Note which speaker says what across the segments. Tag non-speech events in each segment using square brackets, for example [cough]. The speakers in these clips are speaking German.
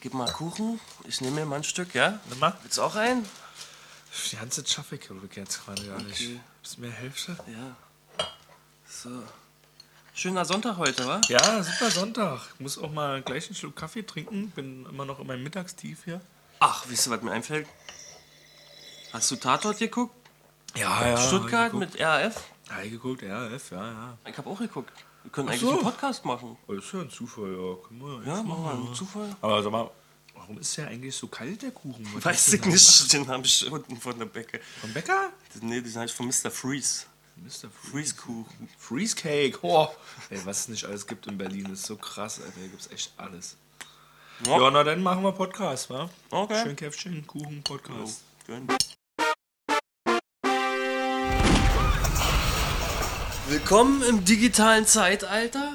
Speaker 1: gib mal Kuchen. Ich nehme mir mal ein Stück, ja?
Speaker 2: Nimm mal.
Speaker 1: Willst du auch ein?
Speaker 2: Die ganze schaffe ich rück jetzt gerade gar nicht.
Speaker 1: Okay.
Speaker 2: Bist du mir Hilfe?
Speaker 1: Ja. So. Schöner Sonntag heute, wa?
Speaker 2: Ja, super Sonntag. Ich muss auch mal gleich einen Schluck Kaffee trinken. Bin immer noch in meinem Mittagstief hier.
Speaker 1: Ach, wisst ihr, was mir einfällt? Hast du Tatort geguckt?
Speaker 2: Ja, ja.
Speaker 1: Stuttgart
Speaker 2: mit.
Speaker 1: mit RAF?
Speaker 2: Ja, geguckt, ja, F, ja, ja.
Speaker 1: Ich habe auch geguckt. Wir können
Speaker 2: Ach
Speaker 1: eigentlich
Speaker 2: so.
Speaker 1: einen Podcast machen.
Speaker 2: Oh, Das ist ja ein Zufall, ja. Können wir
Speaker 1: Ja, machen
Speaker 2: jetzt
Speaker 1: wir
Speaker 2: machen,
Speaker 1: einen Zufall.
Speaker 2: Aber sag mal, warum ist der eigentlich so kalt, der Kuchen? Was
Speaker 1: Weiß
Speaker 2: hast du
Speaker 1: ich
Speaker 2: da gemacht?
Speaker 1: nicht, den habe ich unten von der Becke.
Speaker 2: Vom Bäcker?
Speaker 1: Nee, den habe ich von Mr. Freeze.
Speaker 2: Mr. Freeze.
Speaker 1: Freeze-Kuchen.
Speaker 2: Freeze Cake. Oh. Ey, was es nicht alles gibt in Berlin, ist so krass, Alter. Hier gibt's echt alles.
Speaker 1: Ja.
Speaker 2: Ja, na dann machen wir Podcast, wa?
Speaker 1: Okay.
Speaker 2: Schön Käffchen, Kuchen, Podcast.
Speaker 1: Willkommen im digitalen Zeitalter.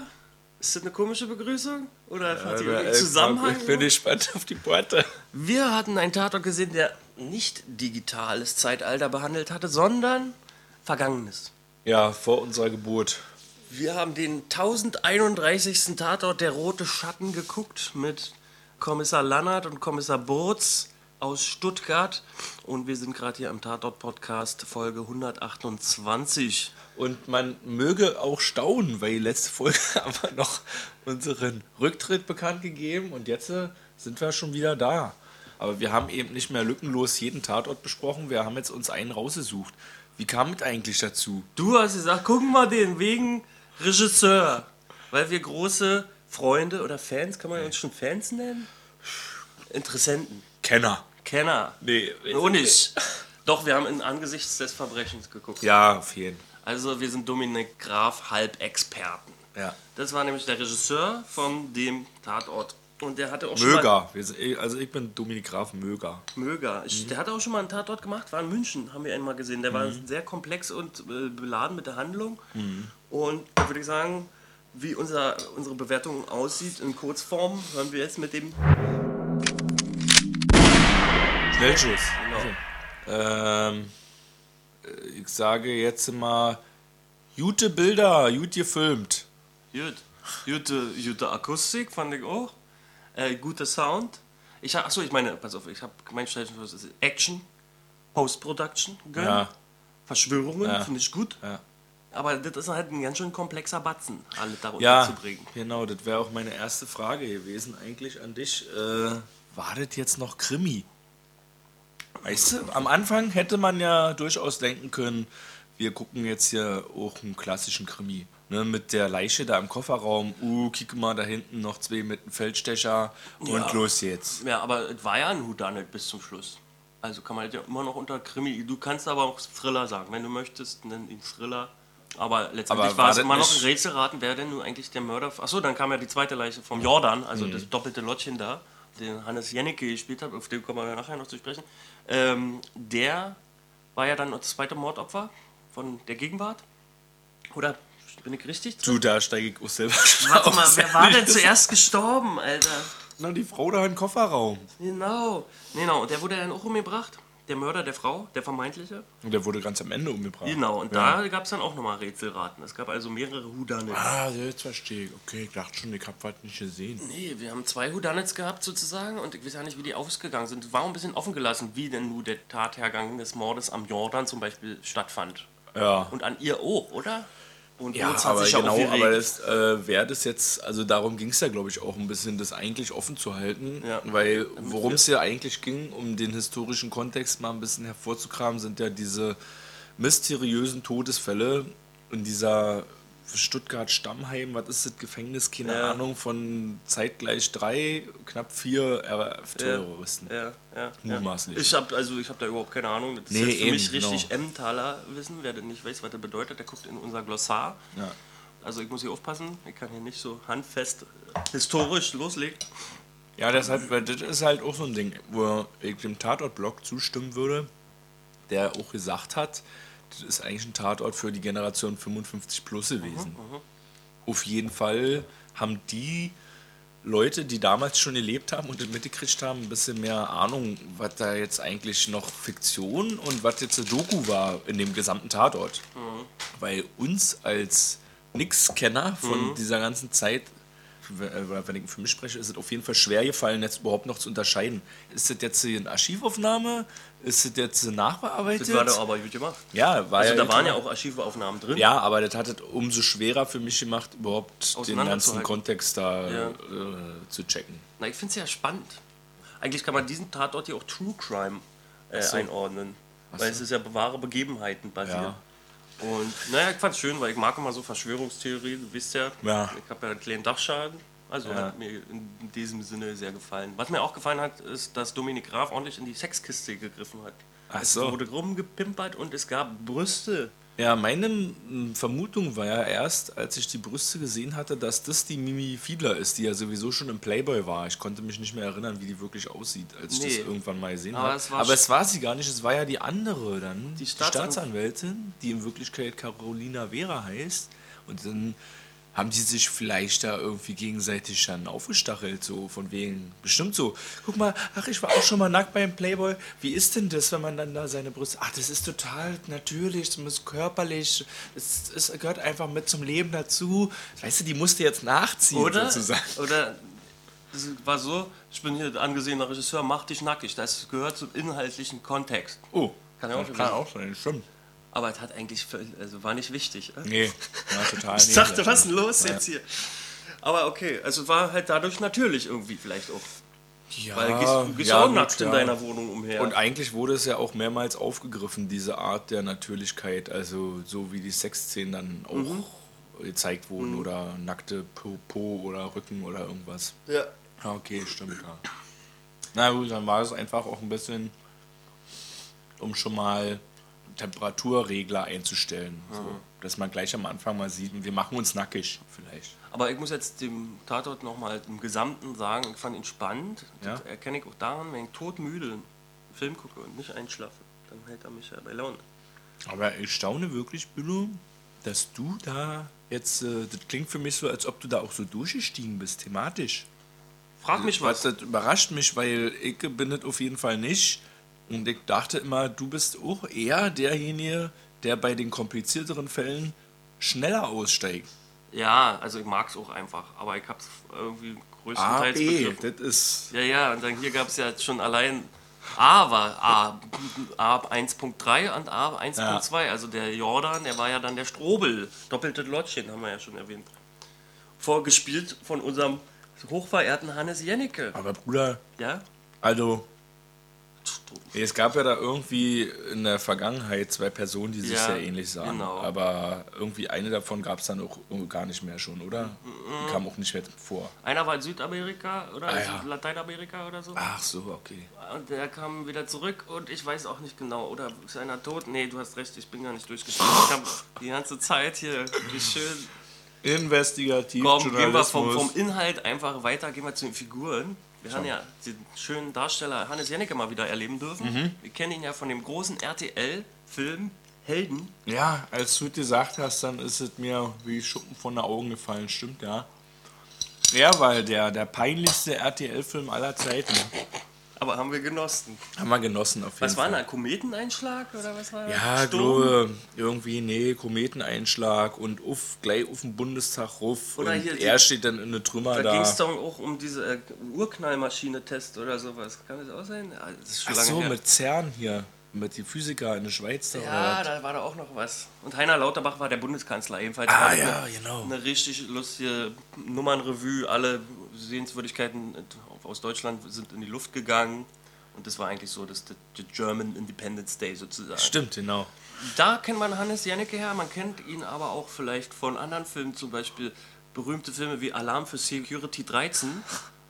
Speaker 1: Ist das eine komische Begrüßung? Oder hat die irgendeinen Zusammenhang?
Speaker 2: gespannt auf die Porte.
Speaker 1: Wir hatten einen Tatort gesehen, der nicht digitales Zeitalter behandelt hatte, sondern Vergangenes.
Speaker 2: Ja, vor unserer Geburt.
Speaker 1: Wir haben den 1031. Tatort der Rote Schatten geguckt mit Kommissar Lannert und Kommissar Burz aus Stuttgart. Und wir sind gerade hier im Tatort-Podcast Folge 128.
Speaker 2: Und man möge auch staunen, weil die letzte Folge [laughs] haben wir noch unseren Rücktritt bekannt gegeben und jetzt äh, sind wir schon wieder da. Aber wir haben eben nicht mehr lückenlos jeden Tatort besprochen, wir haben jetzt uns einen rausgesucht. Wie kam es eigentlich dazu?
Speaker 1: Du hast gesagt, gucken wir den wegen Regisseur. Weil wir große Freunde oder Fans, kann man uns schon Fans nennen? Interessenten,
Speaker 2: Kenner.
Speaker 1: Kenner.
Speaker 2: Nee,
Speaker 1: Nur nicht. Doch, wir haben in Angesichts des Verbrechens geguckt.
Speaker 2: Ja, auf jeden.
Speaker 1: Also wir sind Dominik Graf Halbexperten.
Speaker 2: Ja.
Speaker 1: Das war nämlich der Regisseur von dem Tatort. Und der hatte auch schon mal...
Speaker 2: Möger. Wir sind- Also ich bin Dominik Graf Möger.
Speaker 1: Möger. Ich,
Speaker 2: Mhm.
Speaker 1: Der hatte auch schon mal einen Tatort gemacht, war in München, haben wir einmal gesehen. Der war sehr komplex und äh, beladen mit der Handlung.
Speaker 2: Mhm.
Speaker 1: Und da würde ich sagen, wie unser, unsere Bewertung aussieht in Kurzform, hören wir jetzt mit dem...
Speaker 2: Schnellschuss.
Speaker 1: Genau.
Speaker 2: Ähm, äh, ich sage jetzt mal, gute Bilder, gut gefilmt.
Speaker 1: Gut. Gute, gute Akustik fand ich auch. Äh, guter Sound. Ich hab, achso, ich meine, pass auf, ich habe mein Stellenwort ist Action, Post-Production, gell?
Speaker 2: Ja.
Speaker 1: Verschwörungen,
Speaker 2: Ja.
Speaker 1: finde ich gut.
Speaker 2: Ja.
Speaker 1: Aber das ist halt ein ganz schön komplexer Batzen, alle darunter zu
Speaker 2: Ja,
Speaker 1: bringen.
Speaker 2: genau, das wäre auch meine erste Frage gewesen eigentlich an dich. Äh, war das jetzt noch Krimi? Weißt du, am Anfang hätte man ja durchaus denken können, wir gucken jetzt hier auch einen klassischen Krimi. Ne, mit der Leiche da im Kofferraum, uh, kick mal da hinten noch zwei mit einem Feldstecher und
Speaker 1: Ja.
Speaker 2: los jetzt.
Speaker 1: Ja, aber es war ja ein Houdanet bis zum Schluss. Also kann man das ja immer noch unter Krimi. Du kannst aber auch Thriller sagen, wenn du möchtest, nenn ihn Thriller. Aber letztendlich
Speaker 2: Aber
Speaker 1: war
Speaker 2: war
Speaker 1: es
Speaker 2: das
Speaker 1: immer noch ein
Speaker 2: nicht-
Speaker 1: Rätselraten, wer denn nun eigentlich der Mörder. Achso, dann kam ja die zweite Leiche vom Jordan, also
Speaker 2: Mhm.
Speaker 1: das doppelte Lottchen da, den Hannes Jennecke gespielt hat, auf den kommen wir nachher noch zu sprechen. Ähm, der war ja dann das zweite Mordopfer von der Gegenwart. Oder bin ich richtig?
Speaker 2: Du, da steige ich auch selber
Speaker 1: Warte mal,
Speaker 2: aus.
Speaker 1: wer
Speaker 2: [laughs]
Speaker 1: war denn zuerst gestorben, Alter?
Speaker 2: Na, die Frau da im Kofferraum.
Speaker 1: Genau. Genau, und der wurde dann auch umgebracht. Der Mörder der Frau, der vermeintliche.
Speaker 2: Und der wurde ganz am Ende umgebracht.
Speaker 1: Genau, und
Speaker 2: Ja.
Speaker 1: da gab es dann auch nochmal Rätselraten. Es gab also mehrere Houdanets.
Speaker 2: Ah, jetzt verstehe ich. Okay, ich dachte schon, ich hab was nicht gesehen.
Speaker 1: Nee, wir haben zwei Houdanets gehabt sozusagen und ich weiß ja nicht, wie die ausgegangen sind. War auch ein bisschen offen gelassen, wie denn nun der Tathergang des Mordes am Jordan zum Beispiel stattfand.
Speaker 2: Ja.
Speaker 1: Und an ihr auch, oder? Und
Speaker 2: Ja,
Speaker 1: Lutz hat
Speaker 2: aber
Speaker 1: sich ja
Speaker 2: genau,
Speaker 1: aufgeregt.
Speaker 2: aber das äh, wäre das jetzt, also darum ging es ja, glaube ich, auch ein bisschen, das eigentlich offen zu halten,
Speaker 1: Ja.
Speaker 2: weil worum es ja eigentlich ging, um den historischen Kontext mal ein bisschen hervorzukramen, sind ja diese mysteriösen Todesfälle in dieser Stuttgart-Stammheim, was ist das, Gefängnis, keine
Speaker 1: Ja.
Speaker 2: Ahnung, von zeitgleich drei, knapp vier RAF-Terroristen.
Speaker 1: Ja, ja.
Speaker 2: Mutmaßlich.
Speaker 1: Ja. Ich habe also ich habe da überhaupt keine Ahnung. Das
Speaker 2: Nee,
Speaker 1: ist jetzt für
Speaker 2: eben,
Speaker 1: mich richtig
Speaker 2: genau.
Speaker 1: Emmentaler wissen. Wer denn nicht weiß, was das bedeutet, der guckt in unser Glossar.
Speaker 2: Ja.
Speaker 1: Also ich muss hier aufpassen. Ich kann hier nicht so handfest äh, historisch loslegen.
Speaker 2: Ja, deshalb, weil das ist halt auch so ein Ding, wo ich dem Tatort-Blog zustimmen würde, der auch gesagt hat, das ist eigentlich ein Tatort für die Generation 55 plus gewesen. Auf jeden Fall haben die Leute, die damals schon gelebt haben und das mitgekriegt haben, ein bisschen mehr Ahnung, was da jetzt eigentlich noch Fiktion und was jetzt eine Doku war in dem gesamten Tatort.
Speaker 1: Mhm. Mhm.
Speaker 2: Weil uns als Nix-Kenner von dieser ganzen Zeit äh, wenn ich für mich spreche, ist es auf jeden Fall schwer gefallen, jetzt überhaupt noch zu unterscheiden. Ist das jetzt eine Archivaufnahme? Ist das jetzt nachbearbeitet?
Speaker 1: Das war doch aber gut gemacht.
Speaker 2: ja, war
Speaker 1: Also
Speaker 2: ja genau.
Speaker 1: da
Speaker 2: gut
Speaker 1: waren ja
Speaker 2: gemacht.
Speaker 1: auch Archivaufnahmen drin.
Speaker 2: Ja, aber das hat es umso schwerer für mich gemacht, überhaupt den ganzen
Speaker 1: Auseinanderzuhalten.
Speaker 2: Kontext da
Speaker 1: Ja.
Speaker 2: äh, zu checken.
Speaker 1: Na, ich finde es ja spannend. Eigentlich kann man diesen Tatort hier auch True Crime äh,
Speaker 2: so.
Speaker 1: einordnen. Weil es ist ja wahre Begebenheiten basiert.
Speaker 2: Ja.
Speaker 1: Und naja, ich fand's schön, weil ich mag immer so Verschwörungstheorien, du wisst ja,
Speaker 2: Ja.
Speaker 1: ich habe ja einen kleinen Dachschaden. Also
Speaker 2: Ja.
Speaker 1: hat mir in diesem Sinne sehr gefallen. Was mir auch gefallen hat, ist, dass Dominik Graf ordentlich in die Sexkiste gegriffen hat.
Speaker 2: Ach
Speaker 1: es
Speaker 2: so.
Speaker 1: wurde rumgepimpert und es gab Brüste.
Speaker 2: Ja, meine mm, Vermutung war ja erst, als ich die Brüste gesehen hatte, dass das die Mimi Fiedler ist, die ja sowieso schon im Playboy war. Ich konnte mich nicht mehr erinnern, wie die wirklich aussieht, als ich
Speaker 1: Nee.
Speaker 2: das irgendwann mal gesehen
Speaker 1: Aber
Speaker 2: habe.
Speaker 1: es war
Speaker 2: Aber
Speaker 1: sch-
Speaker 2: es war sie gar nicht, es war ja die andere dann, die,
Speaker 1: Staatsan-
Speaker 2: Staatsanwältin, die in Wirklichkeit Carolina Vera heißt. Und dann haben die sich vielleicht da irgendwie gegenseitig dann aufgestachelt, so von wegen, bestimmt so, guck mal, ach, ich war auch schon mal nackt beim Playboy, wie ist denn das, wenn man dann da seine Brust, ach, das ist total natürlich, das ist körperlich, es, es gehört einfach mit zum Leben dazu, weißt du, die musste jetzt nachziehen,
Speaker 1: Oder?
Speaker 2: sozusagen.
Speaker 1: Oder das war so, ich bin hier angesehener Regisseur, mach dich nackig. Das gehört zum inhaltlichen Kontext.
Speaker 2: Oh,
Speaker 1: Kann ja auch
Speaker 2: kann
Speaker 1: gewesen
Speaker 2: auch sein, stimmt.
Speaker 1: Aber es hat eigentlich, völ- also war nicht wichtig. äh?
Speaker 2: Nee, war total Also,
Speaker 1: Ich dachte,
Speaker 2: nebensächlich.
Speaker 1: was ist denn los jetzt hier? Aber okay, also es war halt dadurch natürlich irgendwie vielleicht auch.
Speaker 2: Ja,
Speaker 1: Weil du gehst, du gehst
Speaker 2: ja,
Speaker 1: auch
Speaker 2: gut,
Speaker 1: nackt in
Speaker 2: ja.
Speaker 1: deiner Wohnung umher.
Speaker 2: Und eigentlich wurde es ja auch mehrmals aufgegriffen, diese Art der Natürlichkeit, also so wie die Sexszenen dann auch gezeigt wurden oder nackte po, po oder Rücken oder irgendwas.
Speaker 1: ja.
Speaker 2: Ja, Ah, okay, stimmt. Ja. Na gut, dann war es einfach auch ein bisschen, um schon mal Temperaturregler einzustellen. So, dass man gleich am Anfang mal sieht, wir machen uns nackig vielleicht.
Speaker 1: Aber ich muss jetzt dem Tatort nochmal im Gesamten sagen, ich fand ihn spannend. Das
Speaker 2: Ja.
Speaker 1: erkenne ich auch daran, wenn ich todmüde einen Film gucke und nicht einschlafe, dann hält er mich ja bei Laune.
Speaker 2: Aber ich staune wirklich, Bülow, dass du da jetzt, äh, das klingt für mich so, als ob du da auch so durchgestiegen bist, thematisch.
Speaker 1: Frag mich was.
Speaker 2: Was, das überrascht mich, weil ich bin das auf jeden Fall nicht. Und ich dachte immer, du bist auch eher derjenige, der bei den komplizierteren Fällen schneller aussteigt.
Speaker 1: Ja, also ich mag es auch einfach, aber ich habe es irgendwie
Speaker 2: Ah,
Speaker 1: größtenteils
Speaker 2: eh,
Speaker 1: begriffen.
Speaker 2: das ist...
Speaker 1: Ja, ja, und dann hier gab es ja schon allein A war A, A 1.3 und A 1.2. Also der Jordan, der war ja dann der Strobel. Doppelte Lottchen, haben wir ja schon erwähnt. Vorgespielt von unserem hochverehrten Hannes Jennecke.
Speaker 2: Aber Bruder,
Speaker 1: Ja?
Speaker 2: also... Es gab ja da irgendwie in der Vergangenheit zwei Personen, die sich
Speaker 1: Ja,
Speaker 2: sehr ähnlich sahen.
Speaker 1: genau.
Speaker 2: Aber irgendwie eine davon gab es dann auch gar nicht mehr schon, oder?
Speaker 1: Mhm.
Speaker 2: Die kam auch nicht mehr vor.
Speaker 1: Einer war in Südamerika oder also
Speaker 2: Ah, ja.
Speaker 1: Lateinamerika oder so.
Speaker 2: Ach so, okay.
Speaker 1: Und der kam wieder zurück und ich weiß auch nicht genau. Oder ist einer tot? Nee, du hast recht, ich bin gar nicht durchgespielt. Ich habe die ganze Zeit hier, wie schön.
Speaker 2: Investigativ.
Speaker 1: Komm, gehen wir vom, vom Inhalt einfach weiter, gehen wir zu den Figuren. Wir haben ja den schönen Darsteller Hannes Jennecke mal wieder erleben dürfen.
Speaker 2: Mhm.
Speaker 1: Wir kennen ihn ja von dem großen RTL-Film Helden.
Speaker 2: Ja, als du gesagt hast, dann ist es mir wie Schuppen von den Augen gefallen, stimmt, ja. Ja, weil der, der peinlichste RTL-Film aller Zeiten.
Speaker 1: Aber haben wir genossen.
Speaker 2: Haben wir genossen auf jeden
Speaker 1: Was war
Speaker 2: Fall.
Speaker 1: da? Kometeneinschlag oder was war das?
Speaker 2: Ja,
Speaker 1: Sturm?
Speaker 2: glaube, irgendwie, nee, Kometeneinschlag und uff, gleich auf den Bundestag ruf
Speaker 1: Oder
Speaker 2: und
Speaker 1: hier die-
Speaker 2: er steht dann in eine Trümmer
Speaker 1: Da ging
Speaker 2: da.
Speaker 1: es doch auch um diese äh, Urknallmaschine-Test oder sowas. Kann das auch sein? Ja, das ist schon
Speaker 2: Ach
Speaker 1: lange
Speaker 2: so,
Speaker 1: her.
Speaker 2: mit CERN hier, mit die Physiker in der Schweiz da.
Speaker 1: ja,
Speaker 2: oder was?
Speaker 1: da war da auch noch was. Und Heiner Lauterbach war der Bundeskanzler. Jedenfalls
Speaker 2: Ah,
Speaker 1: war das
Speaker 2: ja,
Speaker 1: eine,
Speaker 2: genau.
Speaker 1: eine richtig lustige Nummernrevue. Alle Sehenswürdigkeiten aus Deutschland sind in die Luft gegangen. Und das war eigentlich so das, das German Independence Day sozusagen.
Speaker 2: Stimmt, genau.
Speaker 1: Da kennt man Hannes Jannecke her, man kennt ihn aber auch vielleicht von anderen Filmen, zum Beispiel berühmte Filme wie Alarm für Security 13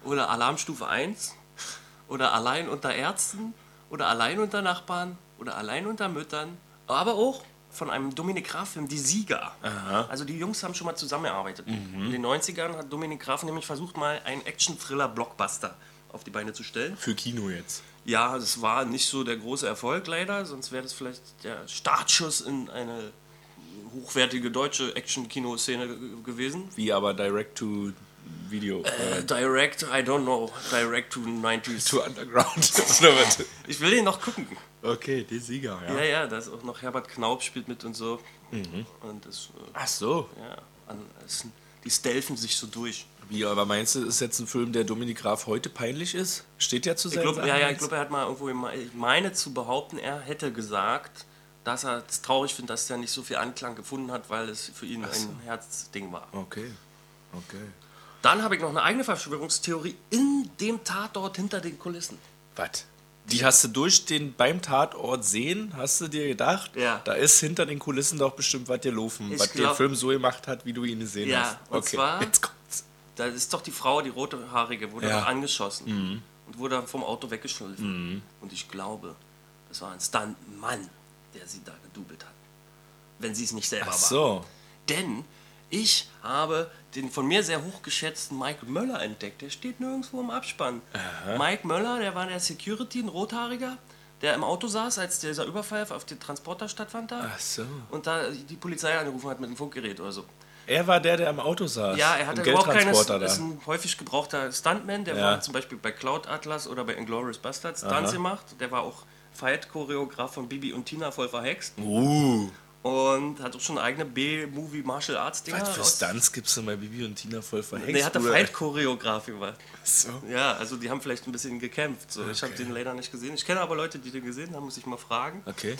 Speaker 1: oder Alarmstufe 1 oder Allein unter Ärzten oder Allein unter Nachbarn oder Allein unter Müttern, aber auch von einem Dominik Graf-Film, Die Sieger. Also die Jungs haben schon mal zusammengearbeitet. In den 90ern hat Dominik Graf nämlich versucht, mal einen Action-Thriller-Blockbuster auf die Beine zu stellen.
Speaker 2: Für Kino jetzt.
Speaker 1: Ja, das war nicht so der große Erfolg leider, sonst wäre das vielleicht der Startschuss in eine hochwertige deutsche Action-Kino-Szene ge- gewesen.
Speaker 2: Wie aber Direct to Video. Äh,
Speaker 1: Direct, I don't know, direct to 90s.
Speaker 2: to Underground. [laughs] Oder was?
Speaker 1: Ich will den noch gucken.
Speaker 2: okay, die Sieger, ja.
Speaker 1: Ja, ja, da ist auch
Speaker 2: Mhm.
Speaker 1: noch Herbert Knaub spielt mit und so. Und das,
Speaker 2: Ach so.
Speaker 1: äh, ja, an, ist, die die stelfen sich so durch.
Speaker 2: Wie, aber meinst du, ist jetzt ein Film, der Dominik Graf heute peinlich ist? Steht ja zu
Speaker 1: Ich
Speaker 2: seinem
Speaker 1: glaube, ja, ja, ich glaube, er hat mal irgendwo, im- ich meine zu behaupten, er hätte gesagt, dass er es traurig findet, dass er nicht so viel Anklang gefunden hat, weil es für ihn ein Herzding war.
Speaker 2: Okay, okay.
Speaker 1: Dann habe ich noch eine eigene Verschwörungstheorie in dem Tatort hinter den Kulissen.
Speaker 2: Was? Die hast du durch den beim Tatort sehen, hast du dir gedacht,
Speaker 1: Ja.
Speaker 2: da ist hinter den Kulissen doch bestimmt was gelaufen,
Speaker 1: Ich
Speaker 2: was den
Speaker 1: glaub-
Speaker 2: Film so gemacht hat, wie du ihn gesehen
Speaker 1: Ja,
Speaker 2: hast.
Speaker 1: und zwar-
Speaker 2: jetzt kommt's.
Speaker 1: Da ist doch die Frau, die rothaarige, wurde
Speaker 2: Ja. Mhm.
Speaker 1: doch angeschossen und wurde vom Auto weggeschliffen. Und ich glaube, es war ein Stuntmann, der sie da gedoubelt hat. Wenn sie es nicht selber
Speaker 2: Ach
Speaker 1: war.
Speaker 2: so.
Speaker 1: Denn ich habe den von mir sehr hochgeschätzten Mike Möller entdeckt. Der steht nirgendwo im Abspann. Mike Möller, der war in der Security, ein Rothaariger, der im Auto saß, als dieser Überfall auf den Transporter stattfand da.
Speaker 2: Ach so.
Speaker 1: Und da die Polizei angerufen hat mit dem Funkgerät oder so.
Speaker 2: Er war der, der im Auto saß.
Speaker 1: Ja, er hatte
Speaker 2: Im
Speaker 1: überhaupt keine. Ist
Speaker 2: Geldtransporter da.
Speaker 1: ein häufig gebrauchter Stuntman, der
Speaker 2: Ja.
Speaker 1: war zum Beispiel bei Cloud Atlas oder bei Inglourious Bastards Tanz gemacht. Der war auch Fight-Choreograf von Bibi und Tina voll verhext
Speaker 2: Uh,
Speaker 1: und hat auch schon eigene B-Movie-Martial-Arts-Dinger.
Speaker 2: was für
Speaker 1: aus-
Speaker 2: Stunts gibt's denn bei Bibi und Tina voll verhext?
Speaker 1: Nee, hat er
Speaker 2: Bruder?
Speaker 1: Fight-Choreograf gemacht.
Speaker 2: Ach so.
Speaker 1: Ja, also die haben vielleicht ein bisschen gekämpft. So. Ich habe den leider nicht gesehen. Ich kenne aber Leute, die den gesehen haben, muss ich mal fragen.
Speaker 2: Okay.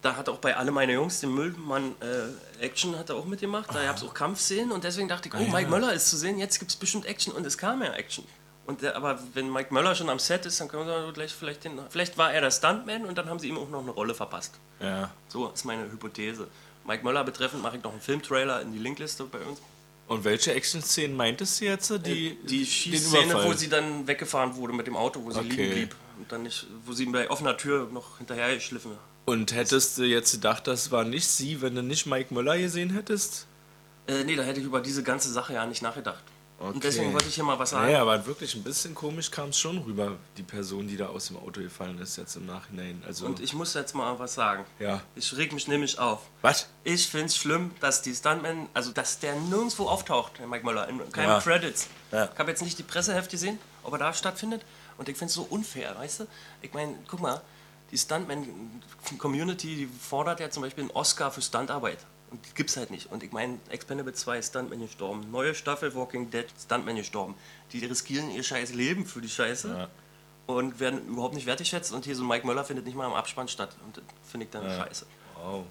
Speaker 1: Da hat auch bei Alle meine Jungs, dem Müllmann äh, Action hat er auch mitgemacht. Da gab es auch Kampfszenen und deswegen dachte ich, oh, Mike Möller ist zu sehen, jetzt gibt es bestimmt Action und es kam ja Action. Und der, aber wenn Mike Möller schon am Set ist, dann können wir gleich vielleicht den. Vielleicht war er der Stuntman und dann haben sie ihm auch noch eine Rolle verpasst.
Speaker 2: Ja.
Speaker 1: So ist meine Hypothese. Mike Möller betreffend mache ich noch einen Filmtrailer in die Linkliste bei uns.
Speaker 2: Und welche Action-Szenen meintest du jetzt? Die,
Speaker 1: Äh, Die
Speaker 2: den
Speaker 1: Schießszene,
Speaker 2: Überfall?
Speaker 1: wo sie dann weggefahren wurde mit dem Auto, wo sie
Speaker 2: Okay.
Speaker 1: liegen blieb. Und dann nicht, wo sie bei offener Tür noch hinterher geschliffen hat.
Speaker 2: Und hättest du jetzt gedacht, das war nicht sie, wenn du nicht Mike Möller gesehen hättest?
Speaker 1: Äh, nee, da hätte ich über diese ganze Sache ja nicht nachgedacht.
Speaker 2: Okay.
Speaker 1: Und deswegen wollte ich hier mal was sagen.
Speaker 2: Naja, aber wirklich ein bisschen komisch kam es schon rüber, die Person, die da aus dem Auto gefallen ist, jetzt im Nachhinein. Also,
Speaker 1: Und ich muss jetzt mal was sagen.
Speaker 2: ja.
Speaker 1: Ich reg mich nämlich auf.
Speaker 2: Was?
Speaker 1: Ich find's schlimm, dass die Stuntman, also dass der nirgendwo auftaucht, der Mike Möller, in keinem
Speaker 2: Ja.
Speaker 1: Credits.
Speaker 2: Ja.
Speaker 1: Ich habe jetzt nicht die Presseheft gesehen, ob er da stattfindet. Und ich find's so unfair, weißt du? Ich meine, guck mal, die Stuntman-Community, die fordert ja zum Beispiel einen Oscar für Stuntarbeit. Und die gibt's halt nicht. Und ich meine, Expendable 2 ist Stuntman gestorben. Neue Staffel Walking Dead, Stuntman gestorben. Die riskieren ihr scheiß Leben für die Scheiße. Und werden überhaupt nicht wertgeschätzt. Und hier so Mike Möller findet nicht mal im Abspann statt. Und das finde ich dann scheiße.
Speaker 2: Wow.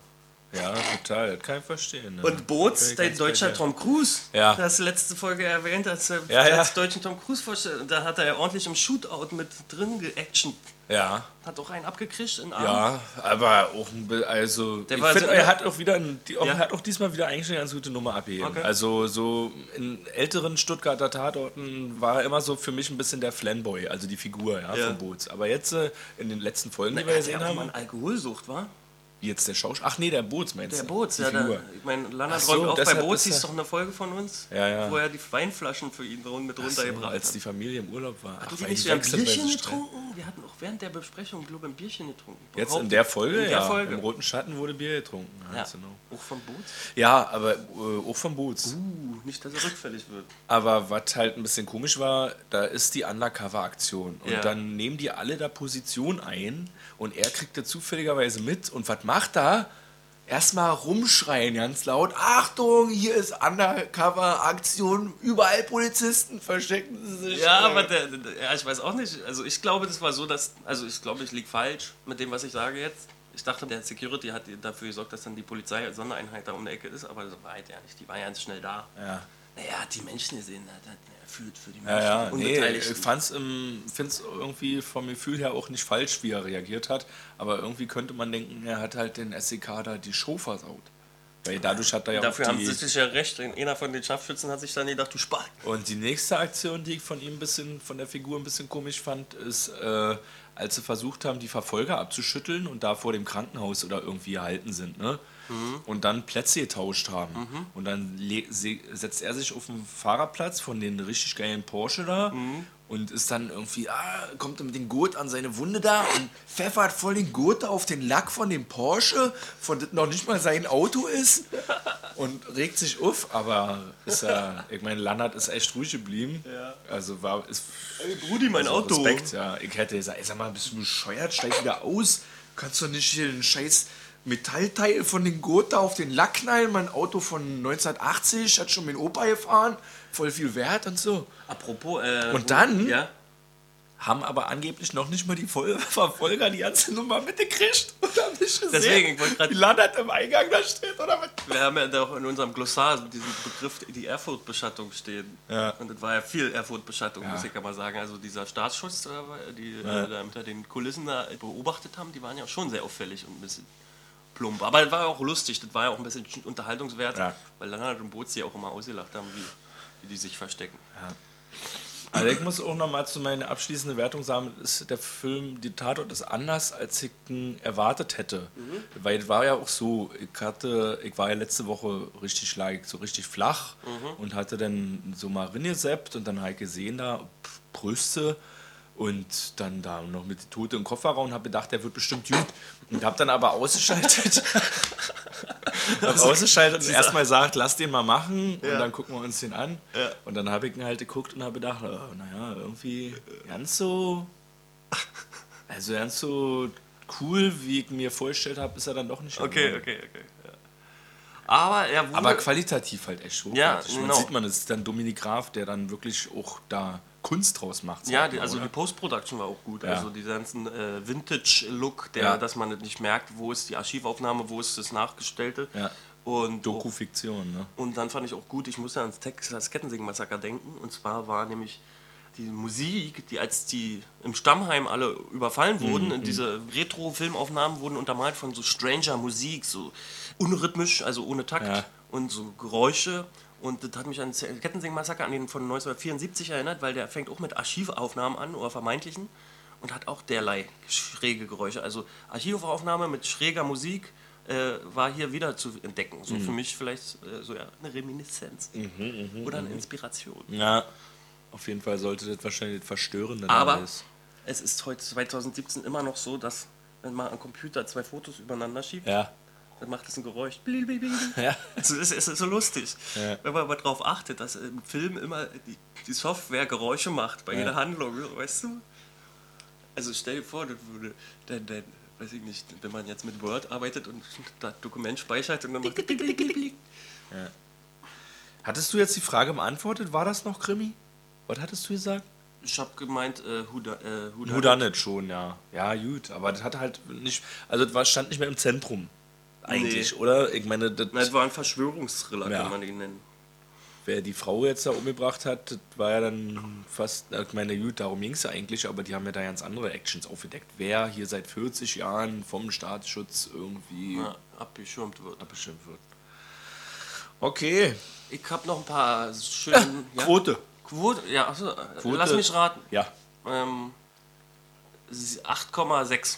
Speaker 2: Ja, total. Das Kann ich verstehen. Ne?
Speaker 1: Und Boots,
Speaker 2: Okay,
Speaker 1: dein
Speaker 2: ganz bei
Speaker 1: deutscher
Speaker 2: dir.
Speaker 1: Tom Cruise.
Speaker 2: Ja.
Speaker 1: Du hast letzte Folge erwähnt, als er
Speaker 2: Ja,
Speaker 1: als
Speaker 2: ja.
Speaker 1: deutschen Tom Cruise vorstellt. Und Da hat er ja ordentlich im Shootout mit drin geaction.
Speaker 2: Ja,
Speaker 1: Hat auch einen abgekriegt in den Arm.
Speaker 2: ja, aber auch ein bi- also ich
Speaker 1: war
Speaker 2: find,
Speaker 1: so-
Speaker 2: er hat auch wieder ein- die, auch,
Speaker 1: Ja.
Speaker 2: hat auch diesmal wieder eigentlich eine ganz gute Nummer abgegeben.
Speaker 1: Okay.
Speaker 2: Also so in älteren Stuttgarter Tatorten war er immer so für mich ein bisschen der Flanboy, also die Figur ja,
Speaker 1: Ja.
Speaker 2: von Boots. Aber jetzt äh, in den letzten Folgen, die
Speaker 1: Er
Speaker 2: wir
Speaker 1: hat ja
Speaker 2: gesehen
Speaker 1: auch
Speaker 2: haben,
Speaker 1: mal eine Alkoholsucht, war?
Speaker 2: Wie jetzt der Schauspieler? Ach nee, der Boots meinst
Speaker 1: Der
Speaker 2: du?
Speaker 1: Boots,
Speaker 2: Die
Speaker 1: ja. Da,
Speaker 2: Figur.
Speaker 1: ich meine, Lana
Speaker 2: Ach so,
Speaker 1: träumt auch bei
Speaker 2: deshalb
Speaker 1: Boots,
Speaker 2: ist
Speaker 1: die ist
Speaker 2: er-
Speaker 1: doch eine Folge von uns,
Speaker 2: Ja, ja.
Speaker 1: wo er die Weinflaschen für ihn run- mit
Speaker 2: So,
Speaker 1: runtergebracht
Speaker 2: als
Speaker 1: hat.
Speaker 2: die Familie im Urlaub war. Ach,
Speaker 1: Hatten die
Speaker 2: weil
Speaker 1: nicht
Speaker 2: die
Speaker 1: wieder ein
Speaker 2: wechseln bei
Speaker 1: Bierchen
Speaker 2: so Streit.
Speaker 1: getrunken? Wir hatten auch während der Besprechung, glaube ich, ein Bierchen getrunken.
Speaker 2: Jetzt
Speaker 1: Überhaupt-
Speaker 2: in der Folge,
Speaker 1: in der
Speaker 2: ja.
Speaker 1: Folge.
Speaker 2: Im Roten Schatten wurde Bier getrunken. Ja,
Speaker 1: Ja.
Speaker 2: genau.
Speaker 1: Auch von Boots?
Speaker 2: ja aber äh, auch vom Boots.
Speaker 1: Uh, nicht, dass er rückfällig wird.
Speaker 2: Aber was halt ein bisschen komisch war, da ist die Undercover-Aktion. Und
Speaker 1: Ja.
Speaker 2: dann nehmen die alle da Position ein und er kriegt da zufälligerweise mit. Und was macht er? Erstmal rumschreien ganz laut: Achtung, hier ist Undercover-Aktion, überall Polizisten verstecken sie sich.
Speaker 1: Ja,
Speaker 2: Äh,
Speaker 1: aber der, der, ja, ich weiß auch nicht. Also ich glaube, das war so, dass. Also ich glaube, ich liege falsch mit dem, was ich sage jetzt. Ich dachte, der Security hat dafür gesorgt, dass dann die Polizei als Sondereinheit da um die Ecke ist, aber so war halt ja nicht. Die war ja ganz schnell da.
Speaker 2: Ja.
Speaker 1: Naja, hat die Menschen gesehen, hat, hat er fühlt für die Menschen.
Speaker 2: Ja,
Speaker 1: die
Speaker 2: ja, nee, ich
Speaker 1: Unbeteiligten.
Speaker 2: fand's im, find's irgendwie vom Gefühl her auch nicht falsch, wie er reagiert hat, aber irgendwie könnte man denken, er hat halt den SEK da die Show versaut. Weil dadurch hat er ja
Speaker 1: Dafür
Speaker 2: auch
Speaker 1: haben
Speaker 2: die,
Speaker 1: sie sich ja recht. Einer von den Scharfschützen hat sich dann gedacht, du Spalt.
Speaker 2: Und die nächste Aktion, die ich von ihm ein bisschen, von der Figur ein bisschen komisch fand, ist, äh, als sie versucht haben, die Verfolger abzuschütteln und da vor dem Krankenhaus oder irgendwie gehalten sind, ne? Und dann Plätze getauscht haben. Und dann le- se- setzt er sich auf den Fahrerplatz von den richtig geilen Porsche da und ist dann irgendwie, ah, kommt er mit dem Gurt an seine Wunde da und pfeffert voll den Gurt da auf den Lack von dem Porsche, von das noch nicht mal sein Auto ist und regt sich auf, aber ist ja, ich meine, Lannert ist echt ruhig geblieben. Also war ist
Speaker 1: Brudi, mein
Speaker 2: also
Speaker 1: Auto.
Speaker 2: Respekt, ja. Ich hätte gesagt, ey, sag mal, bist du bescheuert, steig wieder aus. Kannst du nicht hier den scheiß Metallteil von den Gotha auf den Lack knallen. Mein Auto von 1980 hat schon mein Opa gefahren. Voll viel Wert und so.
Speaker 1: Apropos, äh,
Speaker 2: Und dann?
Speaker 1: Ja.
Speaker 2: Haben aber angeblich noch nicht mal die Voll [laughs] Verfolger die ganze Nummer mitgekriegt. Und haben nicht gesehen,
Speaker 1: Deswegen, ich wollte grad-
Speaker 2: wie Landert im Eingang da steht oder was.
Speaker 1: Wir haben ja auch in unserem Glossar diesen Begriff die Erfurt-Beschattung stehen.
Speaker 2: Ja.
Speaker 1: Und das war ja viel Erfurt-Beschattung,
Speaker 2: Ja.
Speaker 1: muss ich ja mal sagen. Also dieser Staatsschutz, äh, die äh, da hinter den Kulissen da beobachtet haben, die waren ja schon sehr auffällig und ein bisschen plump. Aber das war ja auch lustig, das war ja auch ein bisschen unterhaltungswert,
Speaker 2: Ja.
Speaker 1: weil Lennart und Bozi auch immer ausgelacht haben, wie, wie die sich verstecken.
Speaker 2: Also ich muss auch nochmal zu meiner abschließenden Wertung sagen, es ist der Film, die Tatort ist anders, als ich ihn erwartet hätte. Weil es war ja auch so, ich hatte, ich war ja letzte Woche richtig schlagig, so richtig flach und hatte dann so mal ringeseppt und dann halt gesehen da, pff, Brüste und dann da noch mit die Tote im Kofferraum und habe gedacht, der wird bestimmt gut. Und habe dann aber ausgeschaltet. hab ausgeschaltet und halt, erstmal gesagt, lass den mal machen und dann gucken wir uns den an. Und dann habe ich ihn halt geguckt und habe gedacht, oh, naja, irgendwie ganz so. Also ganz so cool, wie ich mir vorgestellt habe, ist er dann doch nicht. geworden.
Speaker 1: okay, okay. Aber ja,
Speaker 2: genau. Aber qualitativ halt echt hochwertig.
Speaker 1: Ja,
Speaker 2: Man
Speaker 1: genau.
Speaker 2: sieht man, es ist dann Dominik Graf, der dann wirklich auch da Kunst draus macht.
Speaker 1: Ja,
Speaker 2: sag
Speaker 1: die,
Speaker 2: mal,
Speaker 1: also
Speaker 2: oder?
Speaker 1: die Post-Production war auch gut.
Speaker 2: Ja.
Speaker 1: Also dieser ganzen äh, Vintage-Look, der,
Speaker 2: Ja.
Speaker 1: dass man das nicht merkt, wo ist die Archivaufnahme, wo ist das Nachgestellte.
Speaker 2: Ja.
Speaker 1: Und, auch,
Speaker 2: Doku-Fiktion, ne?
Speaker 1: und dann fand ich auch gut, ich musste ans Texas Kettensägen-Massaker denken. Und zwar war nämlich die Musik, die als die im Stammheim alle überfallen
Speaker 2: Mhm,
Speaker 1: wurden, und diese Retro-Filmaufnahmen wurden untermalt von so stranger Musik, so unrhythmisch, also ohne Takt
Speaker 2: Ja.
Speaker 1: und so Geräusche. Und das hat mich an das Kettensägen-Massaker an den von 1974 erinnert, weil der fängt auch mit Archivaufnahmen an oder vermeintlichen und hat auch derlei schräge Geräusche. Also Archivaufnahme mit schräger Musik äh, war hier wieder zu entdecken. So für mich vielleicht äh, so ja, eine Reminiszenz oder eine Inspiration.
Speaker 2: Ja. Auf jeden Fall sollte das wahrscheinlich das Verstörende
Speaker 1: Aber
Speaker 2: alles.
Speaker 1: es ist heute 2017 immer noch so, dass wenn man am Computer zwei Fotos übereinander schiebt,
Speaker 2: Ja.
Speaker 1: dann macht es ein Geräusch. Bling, bling, bling, bling.
Speaker 2: [laughs] Ja.
Speaker 1: Es ist, es ist so lustig,
Speaker 2: Ja.
Speaker 1: wenn man aber darauf achtet, dass im Film immer die, die Software Geräusche macht bei jeder Handlung, so, weißt du? Also stell dir vor, das würde, dann, dann, weiß ich nicht, wenn man jetzt mit Word arbeitet und das Dokument speichert und dann macht es blick, blick, blick.
Speaker 2: Hattest du jetzt die Frage beantwortet? War das noch Krimi? Was hattest du gesagt?
Speaker 1: Ich habe gemeint, äh, Huda, äh, Huda,
Speaker 2: Houdanet schon, ja. Ja, gut. Aber das hat halt nicht. Also, das war- stand nicht mehr im Zentrum. Eigentlich, oder? Ich meine, das,
Speaker 1: Das war ein Verschwörungsthriller,
Speaker 2: Ja.
Speaker 1: kann man ihn nennen.
Speaker 2: wer die Frau jetzt da umgebracht hat, das war ja dann fast. Ich meine, gut, darum ging es ja eigentlich, aber die haben ja da ganz andere Actions aufgedeckt. Wer hier seit 40 Jahren vom Staatsschutz irgendwie
Speaker 1: Ja, abgeschirmt wird.
Speaker 2: beschimpft wird. Okay.
Speaker 1: Ich habe noch ein paar schöne... ja?
Speaker 2: Quote.
Speaker 1: Quote, ja, achso,
Speaker 2: Quote.
Speaker 1: lass mich raten.
Speaker 2: Ja.
Speaker 1: Ähm, 8,6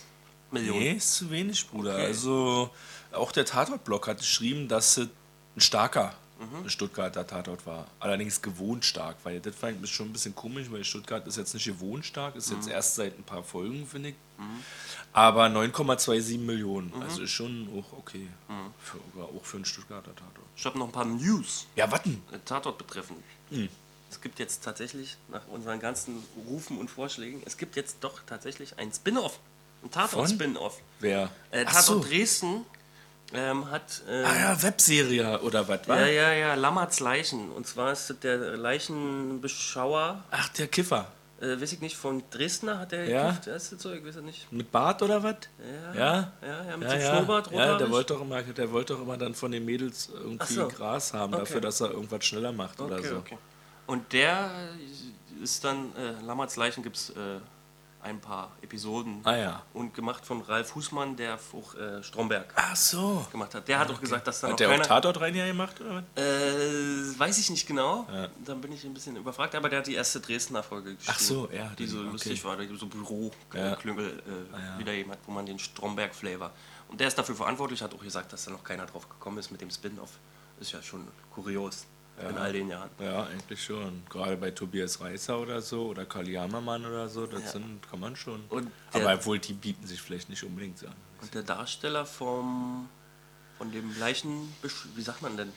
Speaker 1: Millionen.
Speaker 2: Nee, ist zu wenig, Bruder. Also auch der Tatortblock hat geschrieben, dass es ein starker
Speaker 1: Mhm.
Speaker 2: Stuttgarter Tatort war. Allerdings gewohnt stark, weil das fand ich schon ein bisschen komisch, weil Stuttgart ist jetzt nicht gewohnt stark, ist
Speaker 1: Mhm.
Speaker 2: jetzt erst seit ein paar Folgen, finde ich. Aber 9,27 Millionen,
Speaker 1: Mhm.
Speaker 2: also ist schon auch okay. Für, auch für einen Stuttgarter Tatort.
Speaker 1: Ich habe noch ein paar News
Speaker 2: Ja, warten.
Speaker 1: äh, Tatort betreffend.
Speaker 2: Hm.
Speaker 1: Es gibt jetzt tatsächlich, nach unseren ganzen Rufen und Vorschlägen, es gibt jetzt doch tatsächlich ein Spin-off. Ein Tatort-Spin-off.
Speaker 2: Wer?
Speaker 1: Äh,
Speaker 2: Ach
Speaker 1: Tatort
Speaker 2: so.
Speaker 1: Dresden ähm, hat. Äh,
Speaker 2: Ah ja, Webserie oder was? wa?
Speaker 1: ja, ja, ja, Lammerts Leichen. Und zwar ist das der Leichenbeschauer,
Speaker 2: Ach, der Kiffer.
Speaker 1: äh, weiß ich nicht, von Dresdner hat der
Speaker 2: Ja.
Speaker 1: gekifft? Ist das so? Ich weiß es nicht.
Speaker 2: Mit Bart oder was?
Speaker 1: Ja.
Speaker 2: Ja?
Speaker 1: Ja, ja, mit so Schnurrbart,
Speaker 2: ja, der
Speaker 1: rothaarig.
Speaker 2: wollte doch immer, der wollte doch immer dann von den Mädels irgendwie
Speaker 1: Ach so.
Speaker 2: Gras haben, dafür, dass er irgendwas schneller macht oder so.
Speaker 1: Und der ist dann, äh, Lammerts Leichen gibt es äh, ein paar Episoden.
Speaker 2: Ah ja.
Speaker 1: Und gemacht von Ralf Husmann, der auch äh, Stromberg
Speaker 2: Ach so.
Speaker 1: gemacht hat. Der hat auch gesagt, dass dann
Speaker 2: Ah, Hat
Speaker 1: auch
Speaker 2: der auch
Speaker 1: keiner...
Speaker 2: Tatort rein hier gemacht? Oder? was?
Speaker 1: äh, weiß ich nicht genau. Dann bin ich ein bisschen überfragt. Aber der hat die erste Dresdner Folge geschrieben.
Speaker 2: Ach so, ja,
Speaker 1: Die
Speaker 2: die-
Speaker 1: so
Speaker 2: okay.
Speaker 1: lustig war. die So
Speaker 2: Ja. Ah,
Speaker 1: Büro-Klüngel äh, wiedergegeben hat, wo man den Stromberg-Flavor... Und der ist dafür verantwortlich, hat auch gesagt, dass da noch keiner drauf gekommen ist mit dem Spin-Off. Ist ja schon kurios in all den Jahren.
Speaker 2: Ja, eigentlich schon. Gerade bei Tobias Reißer oder so oder Karl Jamermann oder so, das sind, kann man schon.
Speaker 1: Und der-
Speaker 2: Aber obwohl die bieten sich vielleicht nicht unbedingt an.
Speaker 1: Und der Darsteller vom von dem Leichen, wie sagt man denn?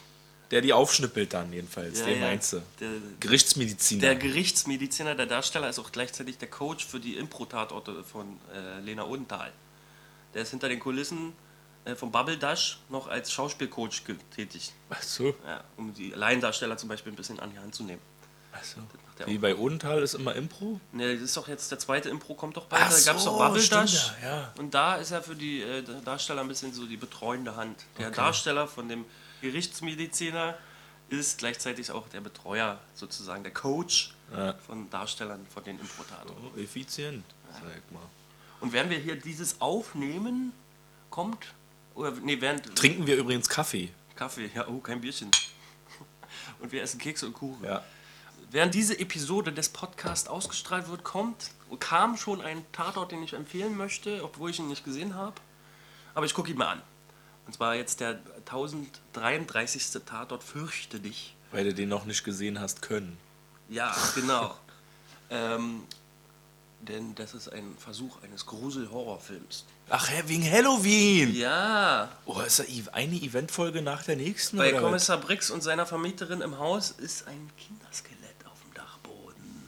Speaker 2: Der die aufschnippelt dann jedenfalls, den meinst du.
Speaker 1: Der,
Speaker 2: Gerichtsmediziner.
Speaker 1: der Gerichtsmediziner, der Darsteller ist auch gleichzeitig der Coach für die Impro-Tatorte von äh, Lena Odenthal. Der ist hinter den Kulissen äh, vom Bubble Dash noch als Schauspielcoach getätigt,
Speaker 2: Ach so.
Speaker 1: ja, um die Laiendarsteller zum Beispiel ein bisschen an die Hand zu nehmen.
Speaker 2: Ach so.
Speaker 1: macht er
Speaker 2: Wie bei Odenthal ist immer Impro.
Speaker 1: Ne, das ist doch jetzt der zweite Impro, kommt doch bald.
Speaker 2: Ach
Speaker 1: da gab es
Speaker 2: so,
Speaker 1: doch Bubble
Speaker 2: stimmt,
Speaker 1: Dash.
Speaker 2: ja, ja.
Speaker 1: Und da ist ja für die äh, Darsteller ein bisschen so die betreuende Hand. Der Darsteller von dem Gerichtsmediziner ist gleichzeitig auch der Betreuer, sozusagen der Coach
Speaker 2: Ja.
Speaker 1: von Darstellern von den Impro-Theatern.
Speaker 2: Oh, effizient, sag mal.
Speaker 1: Und während wir hier dieses aufnehmen, kommt. Oder, nee, während.
Speaker 2: Trinken wir übrigens Kaffee.
Speaker 1: Kaffee, ja, oh, kein Bierchen. [laughs] Und wir essen Kekse und Kuchen.
Speaker 2: Ja.
Speaker 1: Während diese Episode des Podcasts ausgestrahlt wird, kommt, kam schon ein Tatort, den ich empfehlen möchte, obwohl ich ihn nicht gesehen habe. Aber ich gucke ihn mal an. Und zwar jetzt der 1033. Tatort Fürchte dich.
Speaker 2: Weil du den noch nicht gesehen hast können.
Speaker 1: Ja, genau. ähm, denn das ist ein Versuch eines Grusel-Horrorfilms.
Speaker 2: Ach, hä, wegen Halloween!
Speaker 1: Ja,
Speaker 2: Oh, ist da i- eine Eventfolge nach der nächsten?
Speaker 1: bei
Speaker 2: oder was?
Speaker 1: Kommissar Brix und seiner Vermieterin im Haus ist ein Kinderskelett auf dem Dachboden.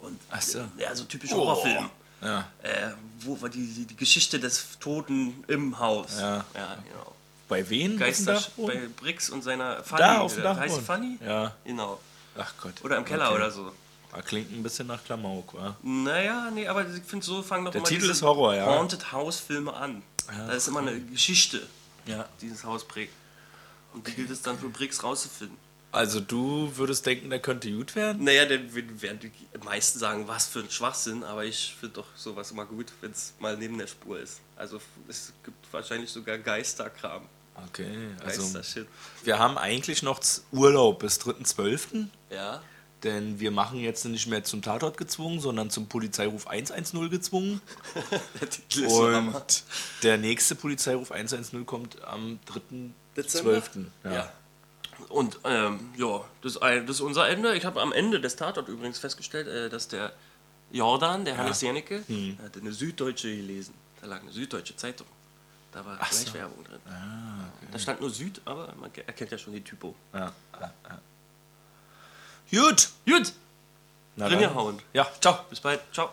Speaker 1: Und
Speaker 2: Ach so.
Speaker 1: ja, so typisch
Speaker 2: Oh.
Speaker 1: Horrorfilm.
Speaker 2: Ja.
Speaker 1: äh, wo war die, die, die Geschichte des Toten im Haus.
Speaker 2: Ja.
Speaker 1: genau.
Speaker 2: Bei wen?
Speaker 1: Geister
Speaker 2: Auf dem Dachboden?
Speaker 1: bei Brix und seiner Fanny.
Speaker 2: Da, auf dem
Speaker 1: oder heißt Fanny?
Speaker 2: Dachboden. Ja.
Speaker 1: Genau.
Speaker 2: Ach Gott.
Speaker 1: Oder im Keller
Speaker 2: Okay.
Speaker 1: oder so.
Speaker 2: Ah, Klingt ein bisschen nach Klamauk, wa?
Speaker 1: Naja, nee, aber ich finde so, fangen doch
Speaker 2: Der
Speaker 1: immer
Speaker 2: Titel
Speaker 1: diese
Speaker 2: ist Horror, ja.
Speaker 1: Haunted House Filme an.
Speaker 2: Ja,
Speaker 1: da ist immer eine Geschichte,
Speaker 2: Ja.
Speaker 1: die dieses Haus prägt. Und die gilt es dann für Brix rauszufinden.
Speaker 2: Also du würdest denken, der könnte gut werden?
Speaker 1: Naja, dann würden- werden die meisten sagen, was für ein Schwachsinn, aber ich finde doch sowas immer gut, wenn es mal neben der Spur ist. Also es gibt wahrscheinlich sogar Geisterkram.
Speaker 2: Okay, also
Speaker 1: Geistershit.
Speaker 2: wir haben eigentlich noch Z- Urlaub bis 3.12.,
Speaker 1: Ja. [laughs]
Speaker 2: denn wir machen jetzt nicht mehr zum Tatort gezwungen, sondern zum Polizeiruf
Speaker 1: [laughs]
Speaker 2: 110 gezwungen.
Speaker 1: Der Titel ist so Hammer.
Speaker 2: Und der nächste Polizeiruf 110 kommt am 3.12.
Speaker 1: Dezember?
Speaker 2: Ja.
Speaker 1: Ja. Und ähm, ja, das, ist ein- das ist unser Ende. Ich habe am Ende des Tatort übrigens festgestellt, äh, dass der Jordan, der Hannes Jennecke,
Speaker 2: Hm.
Speaker 1: der hatte eine Süddeutsche gelesen. Da lag eine Süddeutsche Zeitung. Da war
Speaker 2: so. Ah,
Speaker 1: Gleichwerbung drin. Da stand nur Süd, aber man ke- erkennt ja schon die Typo.
Speaker 2: Ja. ja, ja. Gut.
Speaker 1: Gut,
Speaker 2: Na
Speaker 1: drin
Speaker 2: dann.
Speaker 1: gehauen.
Speaker 2: Ja, ciao.
Speaker 1: Bis bald. Ciao.